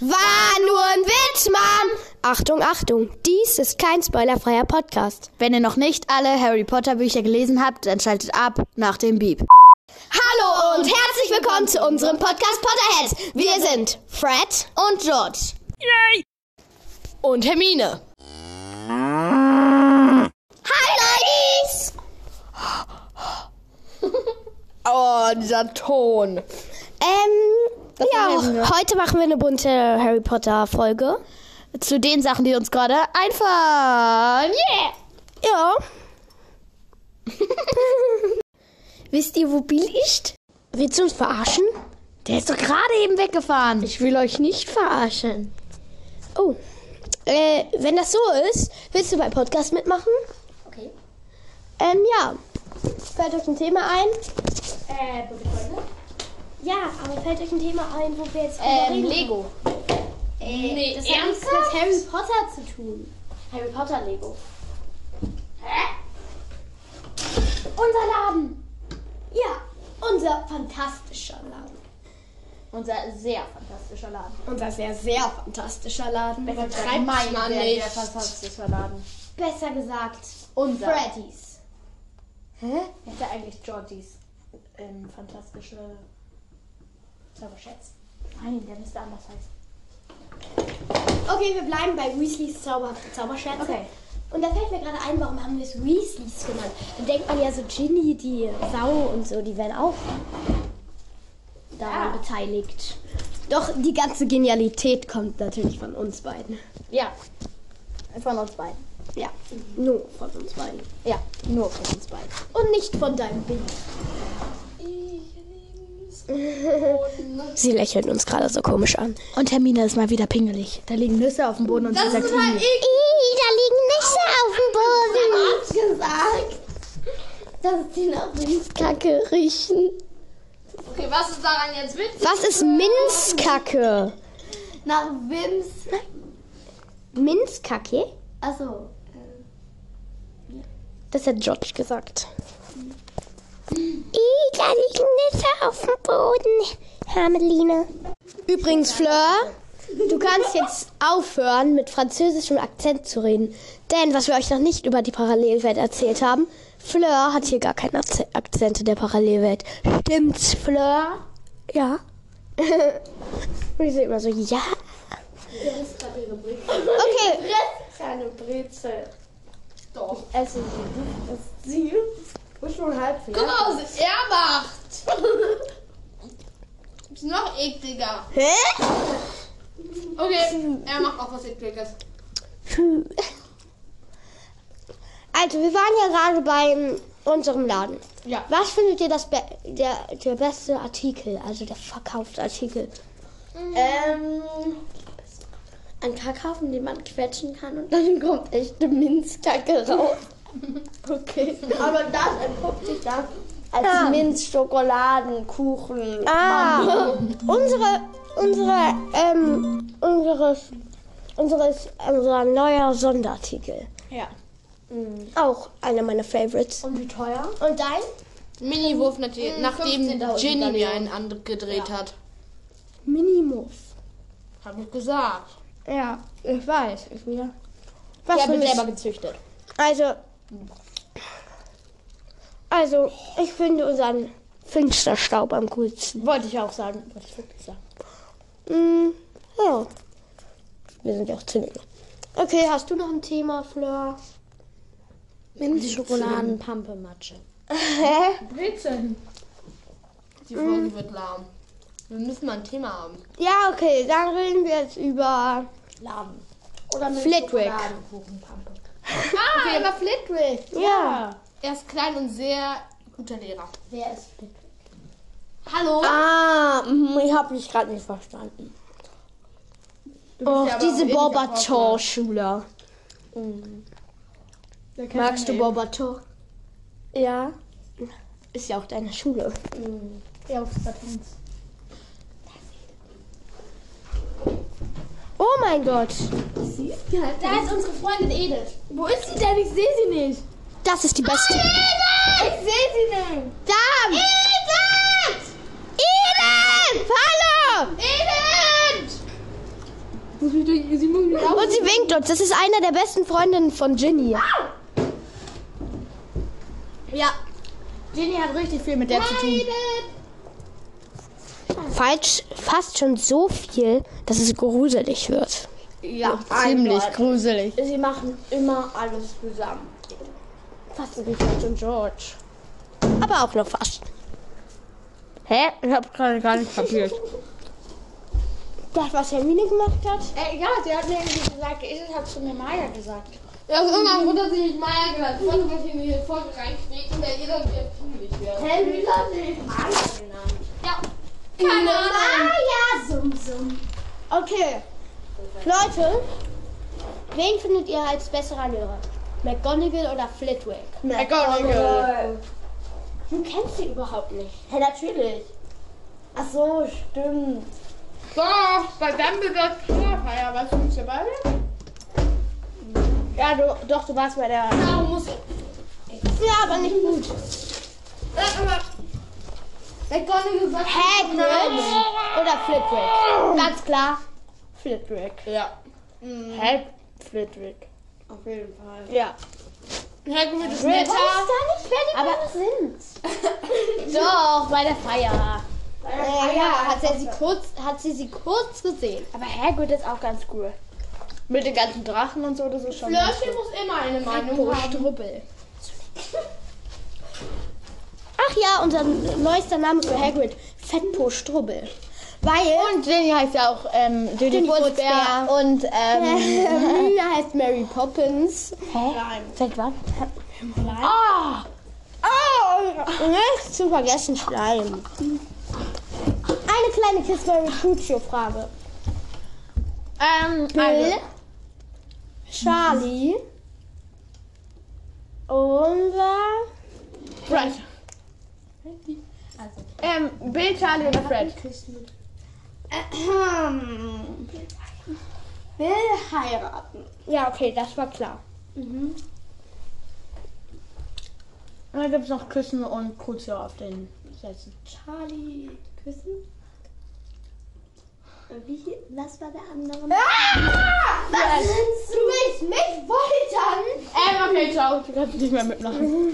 War nur ein Witz, Mann! Achtung, Achtung, dies ist kein spoilerfreier Podcast. Wenn ihr noch nicht alle Harry Potter Bücher gelesen habt, dann schaltet ab nach dem Beep. Hallo und herzlich willkommen zu unserem Podcast Potterheads. Wir sind Fred und George. Und Hermine. Hi, Ladies! Oh, dieser Ton. Ähm, machen ja, wir? heute machen wir eine bunte Harry Potter Folge. Zu den Sachen, die uns gerade einfallen. Yeah! Ja. Wisst ihr, wo Bill ist? Willst du uns verarschen? Der ist doch gerade eben weggefahren. Ich will euch nicht verarschen. Oh. Äh, wenn das so ist, willst du beim Podcast mitmachen? Okay. Ähm, ja. Fällt euch ein Thema ein? Äh, gute Freunde? Ja, aber fällt euch ein Thema ein, wo wir jetzt Ähm, Lego. Äh, nee, das hat nichts ernsthaft? mit Harry Potter zu tun. Harry Potter Lego. Hä? Unser Laden. Ja. Unser fantastischer Laden. Unser sehr fantastischer Laden. Unser sehr, sehr fantastischer Laden. Übertreibt mein man sehr, nicht. Sehr fantastischer Laden. Besser gesagt, Unser. Freddy's. Hätte eigentlich Georgies ähm, fantastische Zauberschätz. Nein, der müsste anders heißen. Okay, wir bleiben bei Weasleys Zauber Zauberschätze. Okay. Und da fällt mir gerade ein, warum haben wir es Weasleys genannt? Dann denkt man ja so Ginny, die Sau und so, die wären auch daran beteiligt. Doch die ganze Genialität kommt natürlich von uns beiden. Ja. Von uns beiden. Mhm. Ja, nur von uns beiden. Ja, nur von uns beiden. Und nicht von deinem Bild. Sie lächeln uns gerade so komisch an. Und Hermine ist mal wieder pingelig. Da liegen Nüsse auf dem Boden und sie sagt halt Ih, da liegen Nüsse auf dem Boden. Gesagt. Dass die nach Minzkacke riechen. Okay, was ist daran jetzt witzig? Was ist Minzkacke? Nach Wims. Minzkacke? Achso. Das hat George gesagt. Ih, da liegen Nüsse auf dem Boden, Hermeline. Übrigens, Fleur, du kannst jetzt aufhören, mit französischem Akzent zu reden. Denn, was wir euch noch nicht über die Parallelwelt erzählt haben, Fleur hat hier gar keinen Akze- Akzent in der Parallelwelt. Stimmt's, Fleur? Ja. Wir sind immer so, ja. Okay, Keine Brezel. Doch. Ich esse sie. Das ist sie. schon halb Guck mal, was er macht. ist noch ekliger. Hä? Okay, er macht auch was ekliges. Also, wir waren ja gerade bei unserem Laden. Ja. Was findet ihr das be der, der beste Artikel, also der Verkaufsartikel? Ähm, ein Kackhaufen, den man quetschen kann und dann kommt echte Minzkacke raus. Okay. Aber das entpuppt sich dann als Ah. Minzschokoladenkuchen. Ah, unsere, unsere, ähm, unseres, unseres, unser neuer Sonderartikel. Ja. Auch einer meiner Favorites. Und wie teuer? Und dein? Mini-Wurf, nati- Hm, nachdem 15.000 Ginny mir Galleonen. einen angedreht hat. Minimus. Hab ich gesagt. Ja, ich weiß, ich wieder. Was Ich habe findest- selber gezüchtet. Also, also, ich finde unseren Finsterstaub am coolsten. Wollte ich auch sagen. Wollte ich wirklich sagen. Mm, ja. Wir sind ja auch Zwillinge. Okay, hast du noch ein Thema, Fleur? Minzschokoladenpampematsche. Hä? Brezeln. Die Folge wird lahm. Wir müssen mal ein Thema haben. Ja, okay, dann reden wir jetzt über Laden. Oder mit Flitwick. Schokoladenkuchenpampe. Ah, okay. aber Flitwick. Ja. Er ist klein und sehr guter Lehrer. Wer ist Flitwick? Hallo. Ah, mhm, mm, ich habe mich gerade nicht verstanden. Och, ja aber diese auch weniger Bobator-Schüler. Magst du Bobator? Ja. Ist ja auch deine Schule. Ja, auf Kartons. Oh mein Gott. Da ist unsere Freundin Edith. Wo ist sie denn? Ich sehe sie nicht. Das ist die beste. Ich sehe sie nicht. Da! Edith! Edith! Hallo! Edith! Muss mich durch, sie muss mich Und sie winkt uns. Das ist einer der besten Freundinnen von Ginny. Ja. Jenny hat richtig viel mit der zu tun. Falsch, fast schon so viel, dass es gruselig wird. Ja, Ziemlich einmal. gruselig. Sie machen immer alles zusammen. Fast wie George und George. Aber auch noch fast. Hä? Ich hab's gerade gar nicht kapiert. Das, was Hermine gemacht hat? Äh, ja, sie hat mir irgendwie gesagt, ich hab's zu mir Maya gesagt. Ja, aus irgendeinem Grund hat sie mich Maya genannt. Ich wollte mal hier in die Folge reinkriegen, da jeder wieder peinlich wäre. Hä, wie hat sie mich Maya genannt? Keine Ahnung. Maya, sum sum. Okay. Leute, wen findet ihr als besserer Lehrer? McGonagall oder Flitwick? McGonagall. Du kennst sie überhaupt nicht. Hä, natürlich. Ach so, stimmt. Doch, bei Dumbledore Trauerfeier. Warst du nicht dabei? Ja, du, doch, du warst bei der. Darum muss ich. Ja, aber nicht gut. Sag mal. McGonagall sagt. Hagrid oder Flitwick? Ganz klar. Mhm. Flitwick. Ja. Hä? Flitwick. Auf jeden Fall. Ja. Hagrid ist netter. Aber Doch, bei der Feier. Äh, ja, hat, er sie kurz, hat sie sie kurz gesehen. Aber Hagrid ist auch ganz cool. Mit den ganzen Drachen und so, das ist schon. Flörchen muss immer eine Meinung haben. Strubbel. Ach ja, unser neuester Name für Hagrid. Fettpo Strubbel. Weil... Und Jenny heißt ja auch ähm, Jenny Furzbär. Furzbär. Und ähm, Hermine heißt Mary Poppins. Hä? Seit wann? Ah! Ah! Nicht zu vergessen, Schleim. Eine kleine Kiss Mary Crucio-Frage. ähm, also, Bill, Charlie und äh, Fred. Ähm, Bill, Charlie oder Fred? Will heiraten. ja okay, das war klar. Mhm. Und dann gibt's noch Küssen und Kruzio auf den Sätzen. Charlie küssen. Wie, was war der andere? Ah! Was willst du willst mich foltern? Ähm, okay, ciao. Du kannst nicht mehr mitmachen.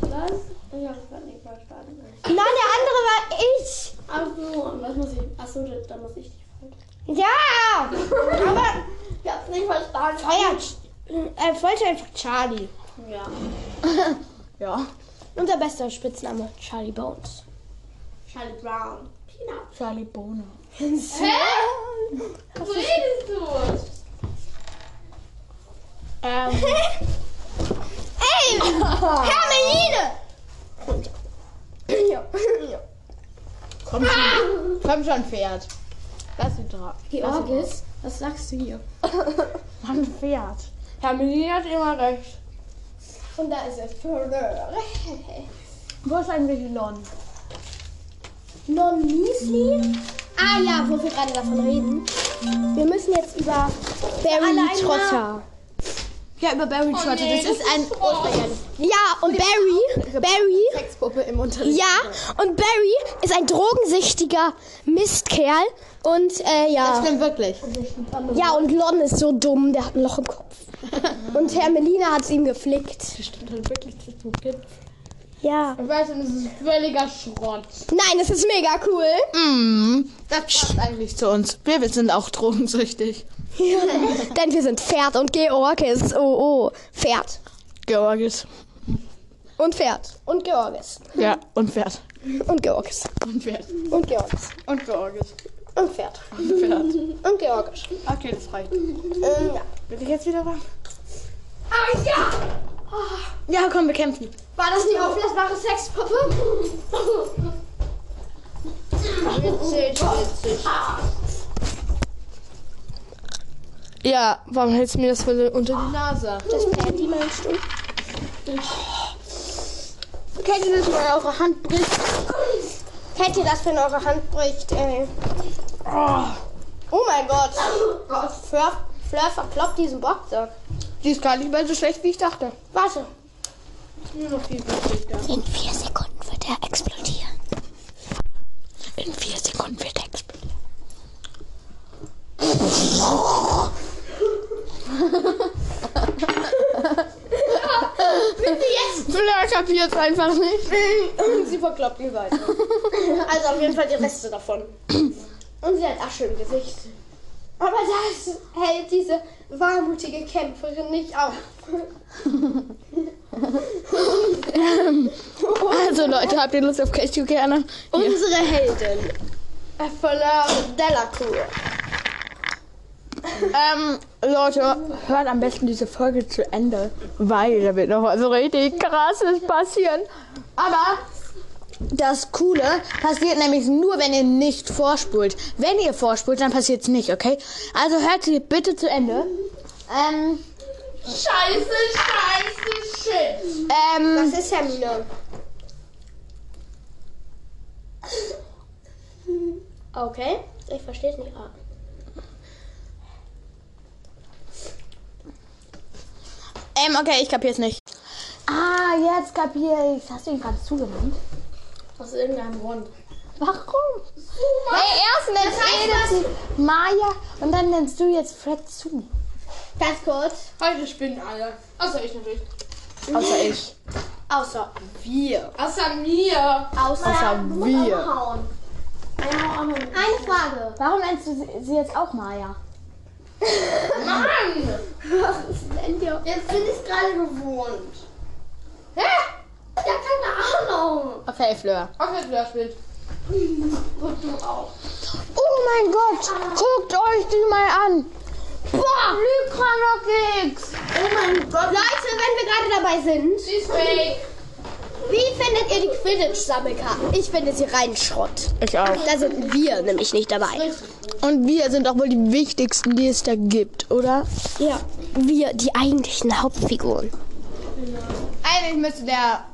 Was? Ich hab's grad nicht verstanden. Nein, der andere war ich. Ach so, und was muss ich? Ach so, da, da muss ich dich foltern. Ja! Aber ich hab's nicht verstanden. Feuer, äh, wollte einfach Charlie. Ja. Ja. Unser bester Spitzname, Charlie Bones. Charlie Brown. Peanut. Charlie Bono. So redest du. Ähm. Ey! Hermeline! Komm schon, komm schon Pferd. Lass sie drauf. Georgis, was sagst du hier? Ein Pferd. Hermine hat immer recht. Und da ist es. Fleur. Wo ist eigentlich Lon? Non Measley? Ah ja, wo wir gerade davon reden. Wir müssen jetzt über Barry Trotter. Ja, über Barry Oh, Trotter. das ist ein Ja, und Barry, Barry, Sexpuppe im Unterricht. ja, und Barry ist ein drogensüchtiger Mistkerl. Und äh, ja, Stimmt wirklich. ja, und Lon ist so dumm, der hat ein Loch im Kopf. Und Hermelina hat es ihm geflickt. Stimmt halt wirklich. Das ist ein Kind. Ja. Ich weiß, das ist völliger Schrott. Nein, es ist mega cool. Mm, Das passt eigentlich zu uns. Wir, wir sind auch drogensüchtig. Denn wir sind Pferd und Georgis. Oh, oh. Pferd. Georgis. Und Pferd. Und Georgis. Ja, und Pferd. Und Georgis. Und Pferd. Und Georgis. Und Georgis. Und Pferd. Und Pferd. Und Georgisch. Okay, das reicht. Ähm, ja. Bin ich jetzt wieder dran? Ah, ja! Ja, komm, wir kämpfen. War das die auflassbare Sexpuppe? Ja, warum hältst du mir das voll unter die Nase? Das Panty meinst du? Kennt ihr das, wenn eure Hand bricht? Kennt ihr das, wenn eure Hand bricht? äh? Ey? Oh. mein Gott. Fleur, Fleur verkloppt diesen Boxsack. Die ist gar nicht mehr so schlecht, wie ich dachte. Warte. Nur noch viel wichtiger. In vier Sekunden wird er explodieren. In vier Sekunden wird er explodieren. kapiert es einfach nicht. Und sie verkloppt ihn weiter. also auf jeden Fall die Reste davon. Und sie hat Asche im Gesicht. Aber das hält diese wahrmutige Kämpferin nicht auf. Also Leute, habt ihr Lust auf Cashewkerne? Unsere Heldin. Voller Delacour. Ähm, Leute, hört am besten diese Folge zu Ende, weil da wird noch was richtig krasses passieren. Aber das Coole passiert nämlich nur, wenn ihr nicht vorspult. Wenn ihr vorspult, dann passiert es nicht, okay? Also hört sie bitte zu Ende. Ähm, Scheiße, scheiße, shit. ähm, Das ist Hermine. Okay, ich verstehe es nicht. Ah. ähm, okay, ich kapier's nicht. Ah, jetzt kapier ich. Hast du ihn gerade zugemacht? Aus irgendeinem Grund. Warum? Hey, erst nennst Edith sie Maya und dann nennst du jetzt Fred zu. Ganz kurz. Heute spinnen alle. Außer ich natürlich. Außer ich. Außer wir. Außer mir. Außer, wir. Eine Frage. Warum nennst du sie- sie jetzt auch Maya? Mann! Jetzt bin ich gerade gewohnt. Hä? Ja, keine Ahnung. Okay, Fleur. Okay, Fleur spielt. Oh mein Gott, guckt euch die mal an. Boah, Lycanokix. Oh mein Gott. Leute, wenn wir gerade dabei sind, Sie ist fake. wie findet ihr die Quidditch-Sammelkarten? Ich finde sie rein Schrott. Ich auch. Da sind wir nämlich nicht dabei. Und wir sind auch wohl die wichtigsten, die es da gibt, oder? Ja. Wir, die eigentlichen Hauptfiguren. Eigentlich müsste der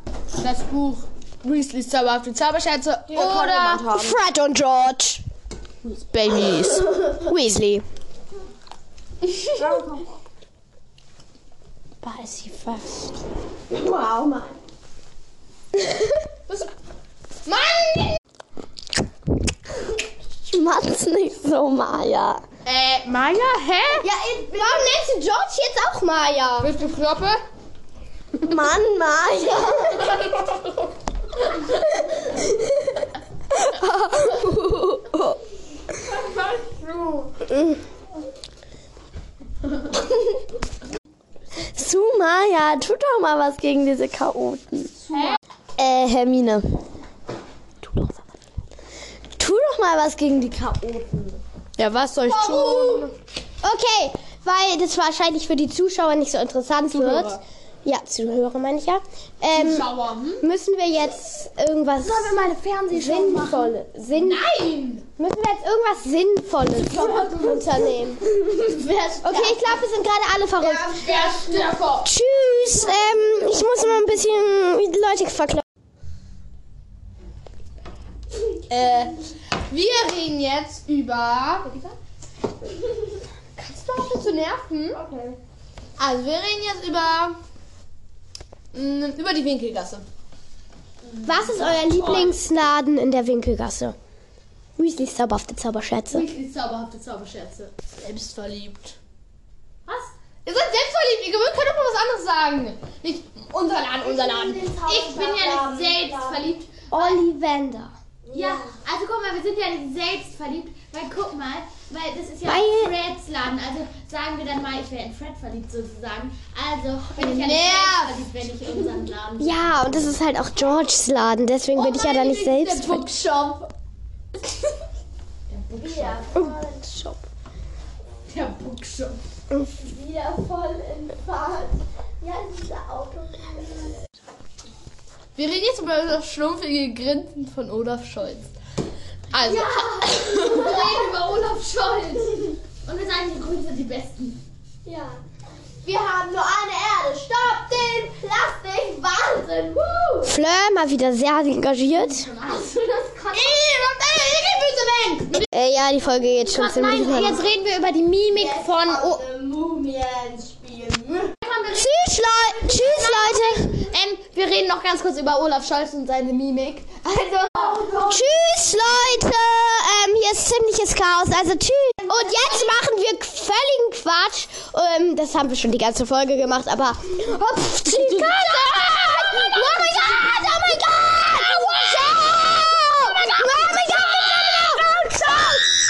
das Buch Weasleys zauberhafte Zauberschätze oder Fred und George. Babys. Weasley. War es sie fast? Wow, Mann. Schmatz nicht so, Maya. äh, Maya? Hä? Ja, ich, warum nennst du George jetzt auch Maya? Willst du Kloppe? Mann, Maya. Zu Maya, tu doch mal was gegen diese Chaoten. Äh, Hermine. Tu doch, was. tu doch mal was gegen die Chaoten. Ja, was soll ich tun? Okay, weil das wahrscheinlich für die Zuschauer nicht so interessant wird. Ja, Zuhörer meine ich ja. Ähm, Bauer, hm? müssen wir jetzt irgendwas Sollen wir mal eine Fernsehshow Sinnvolles Sinn Nein! Müssen wir jetzt irgendwas Sinnvolles unternehmen? Okay, ich glaube, wir sind gerade alle verrückt. Wer ist stärker? Tschüss. Ähm, ich muss mal ein bisschen die Leute verklagen. Äh, wir reden jetzt über. Kannst du auch zu nerven? Okay. Also, wir reden jetzt über. mm, über die Winkelgasse. Was ist euer Lieblingsladen in der Winkelgasse? Weasleys zauberhafte Zauberschätze. Weasleys zauberhafte Zauberscherze. Selbstverliebt. Was? Ihr seid selbstverliebt. Ihr könnt doch mal was anderes sagen. Nicht unser Laden, unser Laden. Ich bin ja nicht selbstverliebt. Ollivander. Ja, also guck mal, wir sind ja nicht selbst verliebt, weil guck mal, weil das ist ja Weil- Freds Laden, also sagen wir dann mal, ich wäre in Fred verliebt sozusagen. Also bin ich ja nicht Nervt. selbst verliebt, wenn ich in unseren Laden bin. Ja, und das ist halt auch Georges Laden, deswegen bin ich ja da nicht selbst. Der Bookshop. Shop. Der Bookshop. Wieder voll in Fahrt. Ja, diese Auto. Wir reden jetzt über das schlumpfige Grinsen von Olaf Scholz. Also, Wir reden über Olaf Scholz. Und wir sagen, die Grünen sind die Besten. Ja. Wir haben nur eine Erde. Stopp den Plastikwahnsinn. Woo! Fleur mal wieder sehr engagiert. Also das kann Äh, ja, die Folge geht schon ziemlich lang. reden wir über die Mimik von Mumienspiel. Tschüss, Leu Tschüss, Leute. Ähm, wir reden noch ganz kurz über Olaf Scholz und seine Mimik. Also, Tschüss, Leute. Ähm, hier ist ziemliches Chaos. Also tschüss. Und jetzt machen wir völligen Quatsch. Ähm, das haben wir schon die ganze Folge gemacht, aber. Hopf, die Katze. mein Gott! Oh mein Gott! Oh mein Gott! Oh mein Gott! Oh mein Gott! Oh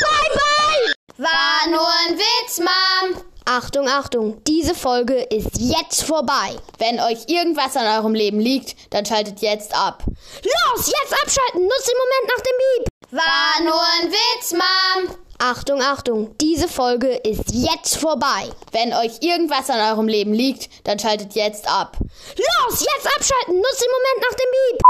Bye, bye! War nur ein Witz, Mom! Achtung, Achtung, diese Folge ist jetzt vorbei. Wenn euch irgendwas an eurem Leben liegt, dann schaltet jetzt ab. Los, jetzt abschalten, nutzt den Moment nach dem Beep. War nur ein Witz, Mom. Achtung, Achtung, diese Folge ist jetzt vorbei. Wenn euch irgendwas an eurem Leben liegt, dann schaltet jetzt ab. Los, jetzt abschalten, nutzt den Moment nach dem Beep.